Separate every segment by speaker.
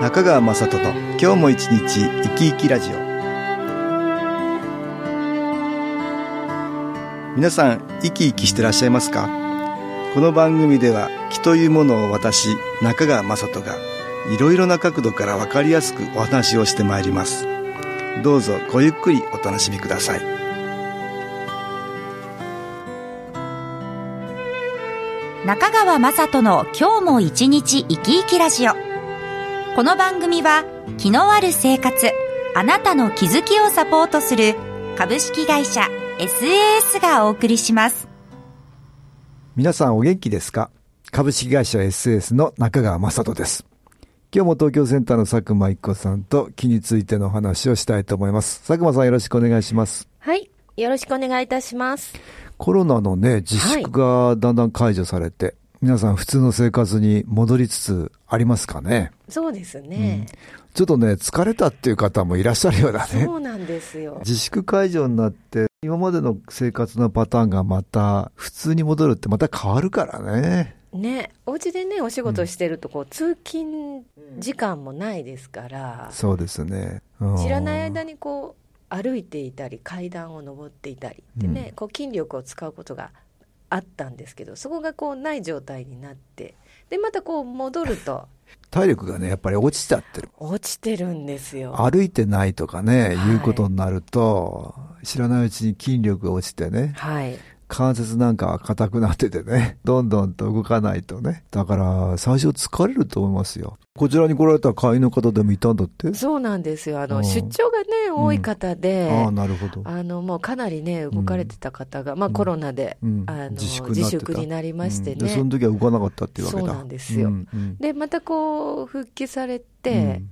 Speaker 1: 中川雅人の今日も一日生き生きラジオ皆さん生き生きしてらっしゃいますかこの番組では気というものを私中川雅人がいろいろな角度からわかりやすくお話をしてまいりますどうぞごゆっくりお楽しみください
Speaker 2: 中川雅人の今日も一日生き生きラジオこの番組は気のある生活あなたの気づきをサポートする株式会社 SAS がお送りします
Speaker 3: 皆さんお元気ですか株式会社 SS の中川雅人です。今日も東京センターの佐久間一子さんと気についてのお話をしたいと思います。佐久間さんよろしくお願いします。
Speaker 4: はい。よろしくお願いいたします。
Speaker 3: コロナのね、自粛がだんだん解除されて、皆さん普通の生活に戻りつつありますかね
Speaker 4: そうですね。
Speaker 3: ちょっとね、疲れたっていう方もいらっしゃるようだね
Speaker 4: そ。うなんですよ。
Speaker 3: 自粛解除になって、今までの生活のパターンがまた普通に戻るってまた変わるからね。
Speaker 4: ね、お家でね、お仕事してると、こう、通勤時間もないですから、
Speaker 3: そうですね。うん
Speaker 4: 知らない間にこう、歩いていたり、階段を上っていたりでね、
Speaker 3: うん
Speaker 4: こう、筋力を使うことがあったんですけど、そこがこう、ない状態になって、で、またこう、戻る と、
Speaker 3: 体力がね、やっぱり落ちちゃってる。
Speaker 4: 落ちてるんですよ。
Speaker 3: 歩いてないとかね、
Speaker 4: はい
Speaker 3: いうことになると、知らないうちに筋力が落ちてね、
Speaker 4: はい。
Speaker 3: 関節なんかは硬くなっててね、 どんどんと動かないとね。だから、最初疲れると思いますよ。こちらに来られた会員の方でもいたんだって
Speaker 4: そうなんですよ。あ
Speaker 3: う
Speaker 4: の、
Speaker 3: ん
Speaker 4: 出張がね、多い方で、
Speaker 3: ああ、なるほど。
Speaker 4: あのもうかなりね、動かれてた方が、まあ、コロナで、
Speaker 3: うん
Speaker 4: あの
Speaker 3: 自粛
Speaker 4: 自粛
Speaker 3: になってた
Speaker 4: になりまして
Speaker 3: うんで
Speaker 4: ね、
Speaker 3: その時は動かなかったっていうわけだ。
Speaker 4: そうなんですよ
Speaker 3: うんうん
Speaker 4: でまたこう復帰され
Speaker 3: う
Speaker 4: て
Speaker 3: ん、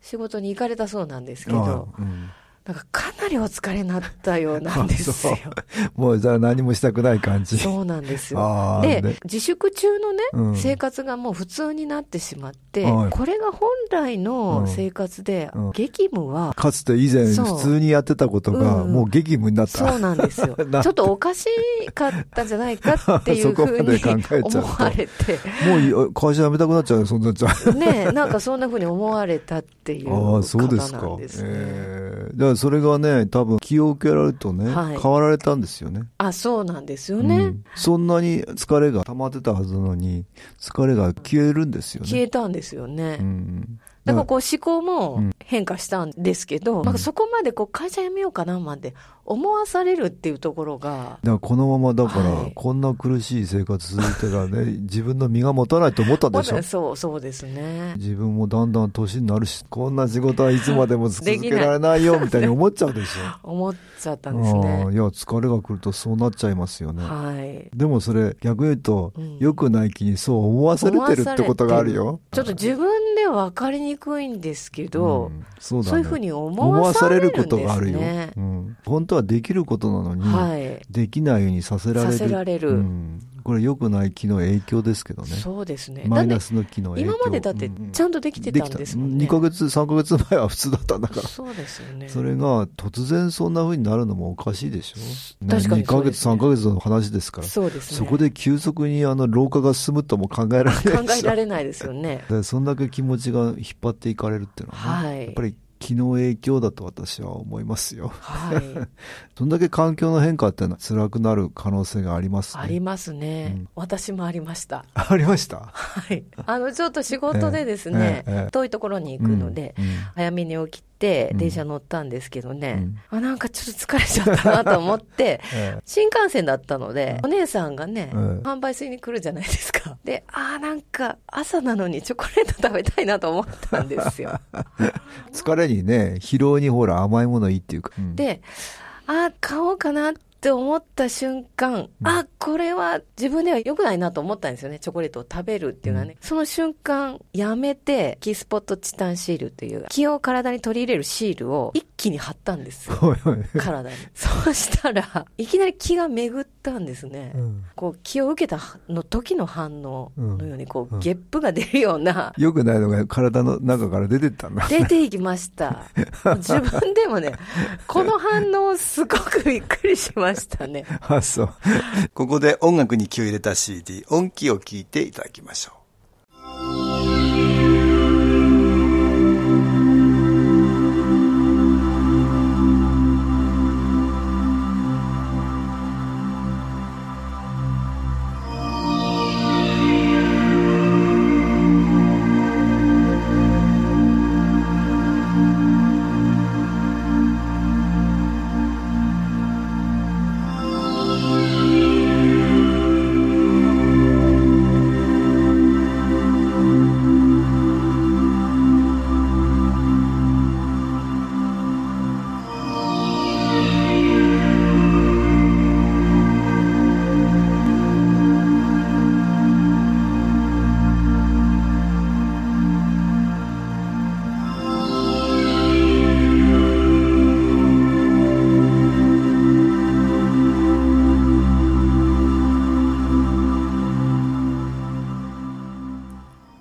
Speaker 4: 仕事に行かれたそうなんですけ
Speaker 3: あ
Speaker 4: ど、
Speaker 3: あうん
Speaker 4: なんかかなりお疲れになったようなんですよ
Speaker 3: あ、もうじゃあ何もしたくない感じ。
Speaker 4: そうなんですよ。
Speaker 3: ああ
Speaker 4: で、自粛中のね、
Speaker 3: うん
Speaker 4: 生活がもう普通になってしまって、
Speaker 3: はい
Speaker 4: これが本来の生活で、
Speaker 3: うんうん
Speaker 4: 激務は、
Speaker 3: かつて以前
Speaker 4: そう
Speaker 3: 普通にやってたことが、
Speaker 4: うん
Speaker 3: もう激務になった。。
Speaker 4: そうなんですよ
Speaker 3: な
Speaker 4: ちょっとおかしかったんじゃないかってい
Speaker 3: そう
Speaker 4: ふ
Speaker 3: こま
Speaker 4: う
Speaker 3: で
Speaker 4: に
Speaker 3: 考えちゃうと
Speaker 4: 思われて。
Speaker 3: もういいあ会社辞めたくなっちゃうよ、そんなんじゃ。
Speaker 4: ねえ、なんかそんな風に思われたっていう
Speaker 3: あ
Speaker 4: 方
Speaker 3: あ、そうですか。
Speaker 4: なんですね。
Speaker 3: ええだからそれがね、多分気を受けられるとね、
Speaker 4: はい
Speaker 3: 変わられたんですよね。
Speaker 4: あ、そうなんですよ
Speaker 3: う
Speaker 4: ね。
Speaker 3: んそんなに疲れが溜まってたはずなのに、疲れが消えるんですよね。
Speaker 4: 消
Speaker 3: え
Speaker 4: えたんですよね。
Speaker 3: うん。
Speaker 4: だから
Speaker 3: だか
Speaker 4: こう思考
Speaker 3: うん
Speaker 4: も変化したんですけど、なんかそこまでこう会社辞めようかなまで思わされるっていうところが、
Speaker 3: らこのままだから、
Speaker 4: はい
Speaker 3: こんな苦しい生活続いてたらね、自分の身が持たないと思ったでしょ
Speaker 4: まだ。そう、そうですね。
Speaker 3: 自分もだんだん年になるし、こんな仕事はいつまでも続
Speaker 4: でき
Speaker 3: け
Speaker 4: ない
Speaker 3: られないよ、みたいに思っちゃうでしょ。
Speaker 4: 思っちゃったんです
Speaker 3: ああ
Speaker 4: ね。
Speaker 3: いや、疲れが来るとそうなっちゃいますよね。
Speaker 4: はい。
Speaker 3: でもそれ逆に言うと、
Speaker 4: うん
Speaker 3: 良くない気にそう思わされてるってことがあるよ。
Speaker 4: ちょっと自分で分かりにくいんですけど、
Speaker 3: うんそうだね
Speaker 4: そういうふうに思
Speaker 3: 思わ
Speaker 4: わ
Speaker 3: さ
Speaker 4: さ
Speaker 3: れ
Speaker 4: れる
Speaker 3: る
Speaker 4: んで
Speaker 3: こ
Speaker 4: すね。
Speaker 3: とがあるよ、うん。本当はできることなのに、
Speaker 4: はい。
Speaker 3: できないようにさせられる。
Speaker 4: させられる
Speaker 3: うんこれ良くない気の影響ですけどね。
Speaker 4: そうですね。
Speaker 3: マイ
Speaker 4: だ
Speaker 3: ナ
Speaker 4: って
Speaker 3: スの気の影響。
Speaker 4: 今までだってちゃんとできてたんですもんね。
Speaker 3: 2ヶ月、3ヶ月前は普通だったんだから。
Speaker 4: そうですよね。
Speaker 3: それが突然そんな風になるのもおかしいでしょ
Speaker 4: 確かに
Speaker 3: 2ヶ
Speaker 4: そうで
Speaker 3: 月
Speaker 4: すね
Speaker 3: 3ヶ月の話ですから
Speaker 4: そうですね。
Speaker 3: そこで急速にあの老化が進むとも考えられないでしょ
Speaker 4: 考えられないですよね。
Speaker 3: でそんだけ気持ちが引っ張っていかれるっていうのは、ね
Speaker 4: はい
Speaker 3: やっぱり気の影響だと私は思いますよ。
Speaker 4: はい。
Speaker 3: そんだけ環境の変化っていうのは辛くなる可能性があります、ね。
Speaker 4: ありますね、
Speaker 3: うん
Speaker 4: 私もありました。
Speaker 3: ありました
Speaker 4: はい。あの、ちょっと仕事でですね、
Speaker 3: ええええ
Speaker 4: 遠いところに行くので、
Speaker 3: うんうん
Speaker 4: 早めに起き
Speaker 3: う
Speaker 4: て、
Speaker 3: ん
Speaker 4: 電車乗ったんですけどね、あ、なんかちょっと疲れちゃったなと思 って、
Speaker 3: ええ
Speaker 4: 新幹線だったので、お姉さんがね、
Speaker 3: ええ
Speaker 4: 販売水に来るじゃないですか。で、あーなんか朝なのにチョコレート食べたいなと思ったんですよ。
Speaker 3: 疲れにね、疲労にほら甘いものいいっていうか。うん、
Speaker 4: で、あー買おうかなって思った瞬間、あーこれは自分では良くないなと思ったんですよね。チョコレートを食べるっていうのはね。その瞬間、やめて、キースポットチタンシールという、気を体に取り入れるシールを一気に貼った んですよ。
Speaker 3: おいおい
Speaker 4: 体に。そうしたら、いきなり気が巡ったんですね。
Speaker 3: うん
Speaker 4: こう気を受けたの時の反応のようにこう、
Speaker 3: うん
Speaker 4: ゲップが出るような、
Speaker 3: 良くないのが体の中から出てったんだ。
Speaker 4: 出ていきました。自分でもね、この反応すごくびっくりしましたね。
Speaker 3: あ、そう。
Speaker 1: ここで音楽に気を入れた CD 音気を聞いていただきましょう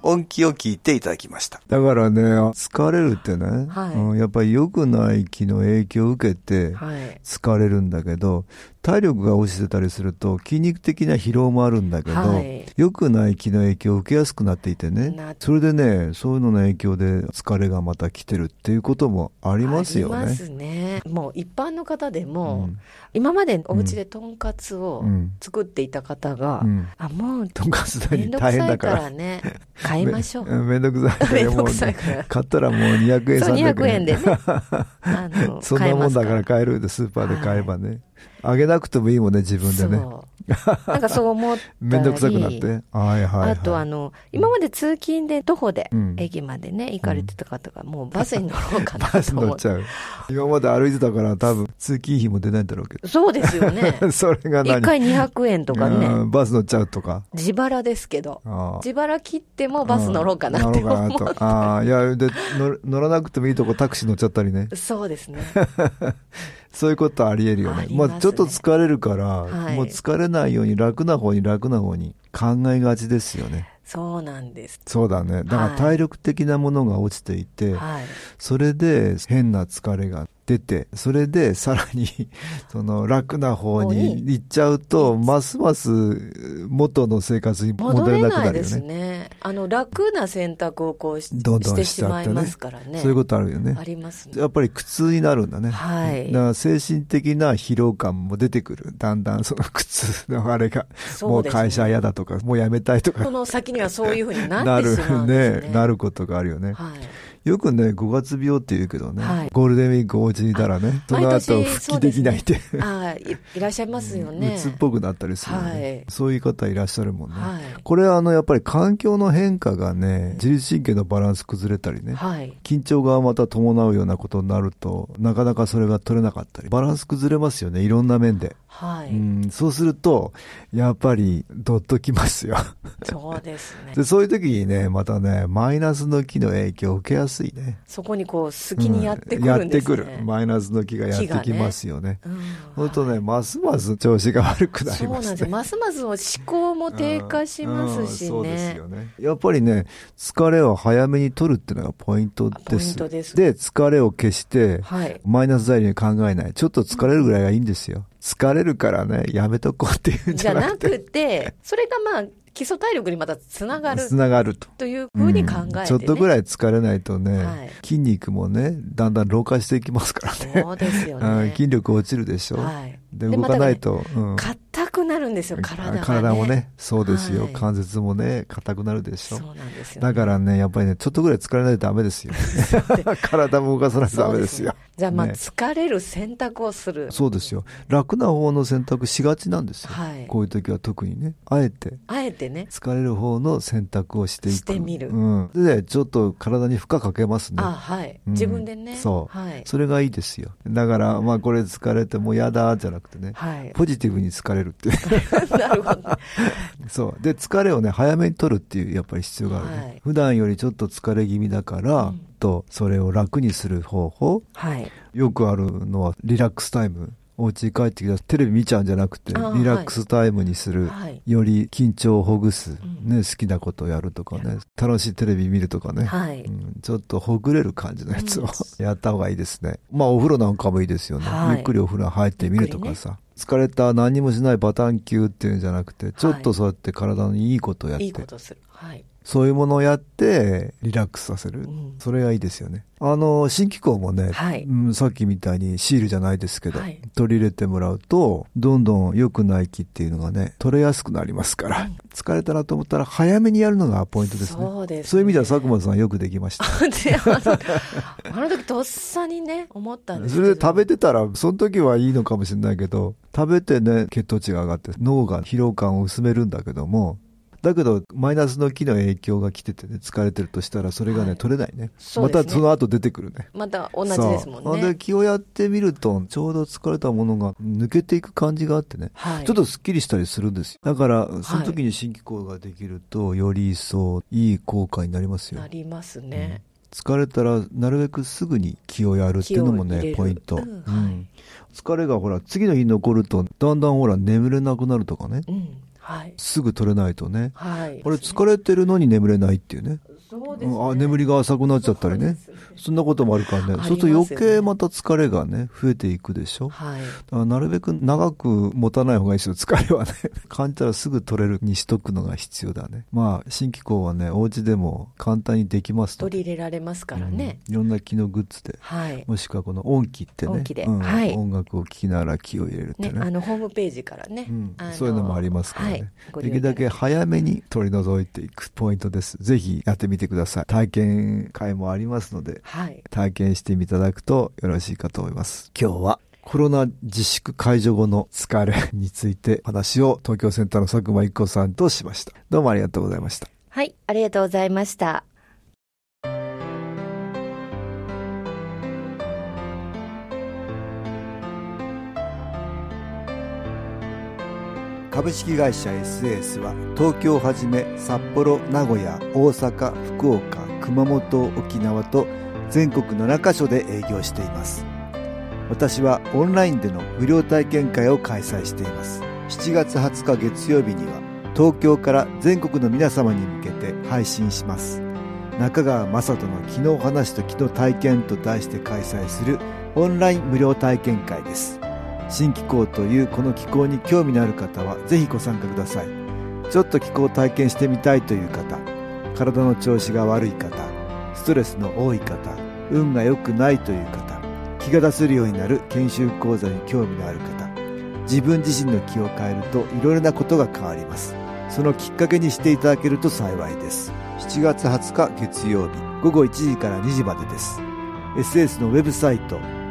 Speaker 1: 音気を聞いていただきました。
Speaker 3: だからね、疲れるってね、
Speaker 4: はい
Speaker 3: うんやっぱり良くない気の影響を受けて、
Speaker 4: はい。
Speaker 3: 疲れるんだけど、体力が落ちてたりすると筋肉的な疲労もあるんだけど、
Speaker 4: はい
Speaker 3: 良くない気の影響を受けやすくなっていて
Speaker 4: な
Speaker 3: ね。それでね、そういうのの影響で疲れがまた来てるっていうこともありますよね。
Speaker 4: ありますね。もう一般の方でも、
Speaker 3: うん
Speaker 4: 今までお家でとんかつを
Speaker 3: うん
Speaker 4: 作っていた方が、
Speaker 3: うん。
Speaker 4: あ、もう、
Speaker 3: とんかつだ
Speaker 4: め
Speaker 3: に
Speaker 4: んどく
Speaker 3: 大変
Speaker 4: さ
Speaker 3: だ
Speaker 4: いか
Speaker 3: から。
Speaker 4: らね、買いましょう。
Speaker 3: めめんどくさいから。
Speaker 4: めんどくさいから
Speaker 3: もうね買ったらもう200円。
Speaker 4: そう、200円でね あの
Speaker 3: そんなもんだから
Speaker 4: 買
Speaker 3: 買えるで、スーパーで買えばね。あげなくてもいいもんね、自
Speaker 4: えま
Speaker 3: 分
Speaker 4: す
Speaker 3: で
Speaker 4: から
Speaker 3: ね。
Speaker 4: そう。なんかそう思ったり。
Speaker 3: めんどくさくなって。はいはい、はい。
Speaker 4: あとあの、今まで通勤で徒歩で
Speaker 3: うん
Speaker 4: 駅までね、行かれてた方が、もうバスに乗ろうかな
Speaker 3: バス
Speaker 4: と
Speaker 3: 乗
Speaker 4: 思
Speaker 3: っ
Speaker 4: っ
Speaker 3: ち
Speaker 4: て。
Speaker 3: ゃう。今まで歩いてたから多分通勤費も出ないんだろうけ
Speaker 4: そうですよね。
Speaker 3: ど。 それが何
Speaker 4: 一回200円とか
Speaker 3: う
Speaker 4: ね。
Speaker 3: んバス乗っちゃうとか。
Speaker 4: 自腹ですけど。
Speaker 3: ああ
Speaker 4: 自腹切ってもバス乗ろうかなって
Speaker 3: 乗ろう
Speaker 4: 思
Speaker 3: かな
Speaker 4: う。
Speaker 3: とああ、いや、で乗、乗らなくてもいいとこタクシー乗っちゃったりね。
Speaker 4: そうで すね。
Speaker 3: そういうことあり得るよ
Speaker 4: あ
Speaker 3: ね。
Speaker 4: り
Speaker 3: ま
Speaker 4: ま
Speaker 3: あ
Speaker 4: すね
Speaker 3: ちょっと疲れるから、
Speaker 4: はい
Speaker 3: もう疲れないように楽な方に楽な方に考えがちですよね。
Speaker 4: そうなんです。
Speaker 3: そうだね。だから体力的なものが落ちていて、
Speaker 4: はい。
Speaker 3: それで変な疲れが出て、それでさらに、 その楽な方に行っちゃうと、ますます元の生活に戻
Speaker 4: 戻
Speaker 3: れ
Speaker 4: れ
Speaker 3: なく
Speaker 4: な
Speaker 3: ないる
Speaker 4: で
Speaker 3: よ
Speaker 4: す
Speaker 3: ね。
Speaker 4: ね。あの、楽な選択をこうし
Speaker 3: どんど
Speaker 4: し
Speaker 3: ん
Speaker 4: て
Speaker 3: し
Speaker 4: し
Speaker 3: ちゃっ
Speaker 4: まい
Speaker 3: てね
Speaker 4: ますからね。
Speaker 3: そういうことあるよね
Speaker 4: あ。りますね。
Speaker 3: やっぱり苦痛になるんだね。
Speaker 4: はい
Speaker 3: だから精神的な疲労感も出てくる。だんだんその苦痛のあれが、も
Speaker 4: そううですね
Speaker 3: 会社嫌だとか、もう辞めたいと
Speaker 4: こ
Speaker 3: か、
Speaker 4: の先にはそういうふうになってしまうんです
Speaker 3: る
Speaker 4: ね。
Speaker 3: ね。なることがあるよね。
Speaker 4: はい。
Speaker 3: よくね、5月病って言うけどね、
Speaker 4: はい
Speaker 3: ゴールデンウィークお家にいたらね、その
Speaker 4: 毎
Speaker 3: 後
Speaker 4: 年
Speaker 3: 復帰できないって。
Speaker 4: そうですねあーいいらっしゃいますよね。
Speaker 3: 鬱っぽくなったりするよね、
Speaker 4: はい
Speaker 3: そういう方いらっしゃるもんね。
Speaker 4: はい。
Speaker 3: これはあの、やっぱり環境の変化がね、自律神経のバランス崩れたりね、
Speaker 4: はい。
Speaker 3: 緊張がまた伴うようなことになると、なかなかそれが取れなかったり、バランス崩れますよね、いろんな面で。
Speaker 4: はい。
Speaker 3: うん、そうすると、やっぱり、どっときますよ。
Speaker 4: そうですね
Speaker 3: で、。そういう時にね、またね、マイナスの気の影響を受けやすいね。
Speaker 4: そこにこう、好きにやってく
Speaker 3: やっ
Speaker 4: るんで
Speaker 3: て
Speaker 4: すね。
Speaker 3: くる。マイナスの気がやってきますよね。
Speaker 4: うん
Speaker 3: 本当ね、ますます調子が悪くな
Speaker 4: そ
Speaker 3: り
Speaker 4: う
Speaker 3: ま
Speaker 4: なん
Speaker 3: す
Speaker 4: で
Speaker 3: ね。
Speaker 4: すよ。ますます思考も低下しますし
Speaker 3: うんうんそうです
Speaker 4: ね
Speaker 3: よ。ね。やっぱりね、疲れを早めに取るっていうのがポイントです。
Speaker 4: ポイントです
Speaker 3: で、疲れを消して、
Speaker 4: はい。
Speaker 3: マイナス材料に考えない。ちょっと疲れるぐらいがいいんですよ。疲れるからね、やめとこうってい うんじ
Speaker 4: じ
Speaker 3: ゃ
Speaker 4: ゃ
Speaker 3: な
Speaker 4: な
Speaker 3: くて、
Speaker 4: くて、それがまあ、基礎体力にまたつながる
Speaker 3: つながると。
Speaker 4: というふうに考えて、ね
Speaker 3: うんちょっとぐ
Speaker 4: い。
Speaker 3: らい疲れないとね、
Speaker 4: はい
Speaker 3: 筋肉もね、だんだん老化していきますからね。
Speaker 4: そうですよ
Speaker 3: うん
Speaker 4: ね。
Speaker 3: 筋力落ちるでしょ。
Speaker 4: はい。
Speaker 3: で、
Speaker 4: で
Speaker 3: 動かないと。うん
Speaker 4: 硬くなるんですよ、体が、ね。
Speaker 3: もね、そうですよ。
Speaker 4: はい
Speaker 3: 関節もね、硬くなるでし
Speaker 4: そ
Speaker 3: ょ
Speaker 4: う。なんですよ、
Speaker 3: だからね、やっぱりね、ちょっとぐらい疲れないとダメですよ。 体も動かさないとダメですよ
Speaker 4: そう。ねじゃあ、まあ、
Speaker 3: ね
Speaker 4: 疲れる選択をする。
Speaker 3: そうですよ。楽な方の選択しがちなんですよ。
Speaker 4: はい
Speaker 3: こういう時は特にね、あえて。
Speaker 4: あえてね。
Speaker 3: 疲れる方の選択をしていく。
Speaker 4: してみる
Speaker 3: うん。でね、ちょっと体に負荷かけますね。
Speaker 4: あはい、
Speaker 3: うん
Speaker 4: 自分でね。
Speaker 3: そう、
Speaker 4: はい。
Speaker 3: それがいいですよ。だから、まあこれ疲れてもうやだじゃなくてね、
Speaker 4: はい。
Speaker 3: ポジティブに疲れるっていう。
Speaker 4: なるほど。
Speaker 3: そう。で、疲れをね、早めに取るっていう、やっぱり必要があるね。
Speaker 4: はい
Speaker 3: 普段よりちょっと疲れ気味だから、
Speaker 4: うん
Speaker 3: と、それを楽にする方法。
Speaker 4: はい。
Speaker 3: よくあるのは、リラックスタイム。お家に帰ってきたらテレビ見ちゃうんじゃなくて、リ
Speaker 4: あー
Speaker 3: ラックスタイムにする。
Speaker 4: はい。
Speaker 3: より緊張をほぐす、
Speaker 4: ん
Speaker 3: ね、好きなことをやるとかね、楽しいテレビ見るとかね、
Speaker 4: はい
Speaker 3: うんちょっとほぐれる感じのやつを やった方がいいですね。まあお風呂なんかもいいですよね。
Speaker 4: はい
Speaker 3: ゆっくりお風呂入ってみるとかさ。疲れた何もしないバタン球っていうんじゃなくて、ちょっとそうやって体のいいことをやって、
Speaker 4: いいことする。はい。
Speaker 3: そういうものをやって、リラックスさせる。
Speaker 4: ん
Speaker 3: それがいいですよね。あの、新機構もね、
Speaker 4: はい
Speaker 3: うん、さっきみたいにシールじゃないですけど、
Speaker 4: はい
Speaker 3: 取り入れてもらうと、どんどん良くない気っていうのがね、取れやすくなりますから、疲れたなと思ったら早めにやるのがポイントですね。
Speaker 4: そうですね
Speaker 3: そういう意味では佐久間さんよくできました。
Speaker 4: で、 あの、あの時とっさにね、思ったんです
Speaker 3: そ
Speaker 4: け
Speaker 3: れ
Speaker 4: ど。
Speaker 3: で食べてたら、その時はいいのかもしれないけど、食べてね、血糖値が上がって、脳が疲労感を薄めるんだけども、だけど、マイナスの気の影響が来ててね、疲れてるとしたら、それがね、
Speaker 4: はい
Speaker 3: 取れないね。
Speaker 4: そう
Speaker 3: ま
Speaker 4: ですね
Speaker 3: たその後出てくるね。
Speaker 4: また同じですも
Speaker 3: そうんで、
Speaker 4: ね。
Speaker 3: 気をやってみると、ちょうど疲れたものが抜けていく感じがあってね、
Speaker 4: はい。
Speaker 3: ちょっとスッキリしたりするんですよ。だから、その時に新機構ができると、より一層いい効果になりますよ
Speaker 4: な。りますね。
Speaker 3: 疲れたらなるべくすぐに気をやるっていうのも
Speaker 4: 気を入れ
Speaker 3: ね
Speaker 4: る
Speaker 3: ポイント、
Speaker 4: う
Speaker 3: うんん
Speaker 4: はい
Speaker 3: 疲れがほら次の日残るとだんだんほら眠れなくなるとかね
Speaker 4: うん。はい。
Speaker 3: すぐ取れないとね。
Speaker 4: はい。
Speaker 3: あれ、疲れてるのに眠れないっていうね。
Speaker 4: そうですね
Speaker 3: うんあ、眠りが浅くなっちゃったりね。
Speaker 4: そうですね
Speaker 3: そんなこともあるからね。
Speaker 4: あります
Speaker 3: そう
Speaker 4: よね
Speaker 3: すると余計また疲れがね、増えていくでしょ。
Speaker 4: はい。
Speaker 3: だからなるべく長く持たない方がいいですよ、疲れはね。 感じたらすぐ取れるにしとくのが必要だね。まあ、新機構はね、お家でも簡単にできますと。
Speaker 4: 取り入れられますからね。
Speaker 3: うんいろんな機能グッズで。
Speaker 4: はい。
Speaker 3: もしくはこの音機ってね。
Speaker 4: 音機で
Speaker 3: うん
Speaker 4: はい
Speaker 3: 音楽を聴きながら気を入れるって
Speaker 4: ね
Speaker 3: ね。、
Speaker 4: あの、ホームページからね
Speaker 3: う。ん
Speaker 4: あの
Speaker 3: そういうのもありますから
Speaker 4: はい
Speaker 3: ね、
Speaker 4: ご利
Speaker 3: で
Speaker 4: 用
Speaker 3: きるだけ早めに取り除いていくポイントですぜひやってみてください体験会もありますので
Speaker 4: はい。
Speaker 3: 体験してみていただくとよろしいかと思います今日はコロナ自粛解除後の疲れについて話を東京センターの佐久間一子さんとしましたどうもありがとうございました
Speaker 4: はい。ありがとうございました。
Speaker 3: 株式会社 SS は東京をはじめ札幌名古屋大阪福岡熊本沖縄と全国7カ所で営業しています私はオンラインでの無料体験会を開催しています7月20日月曜日には東京から全国の皆様に向けて配信します中川雅人の「昨日話と昨日体験」と題して開催するオンライン無料体験会です新機構というこの機構に興味のある方はぜひご参加くださいちょっと気候を体験してみたいという方体の調子が悪い方ストレスの多い方運が良くないという方気が出せるようになる研修講座に興味のある方自分自身の気を変えるといろいろなことが変わりますそのきっかけにしていただけると幸いです7月20日月曜日午後1時から2時までです SS のウェブサイト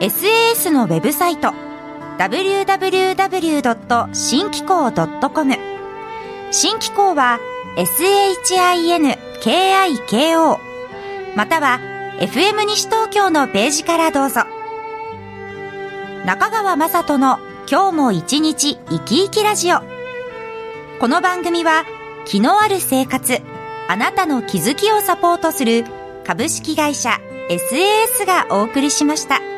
Speaker 2: SAS のウェブサイト、www. 機構 .com 新機構は、SHINKIKO または、FM 西東京のページからどうぞ。中川雅人の今日も一日生き生きラジオ。この番組は気のある生活あなたの気づきをサポートする株式会社 SAS がお送りしました。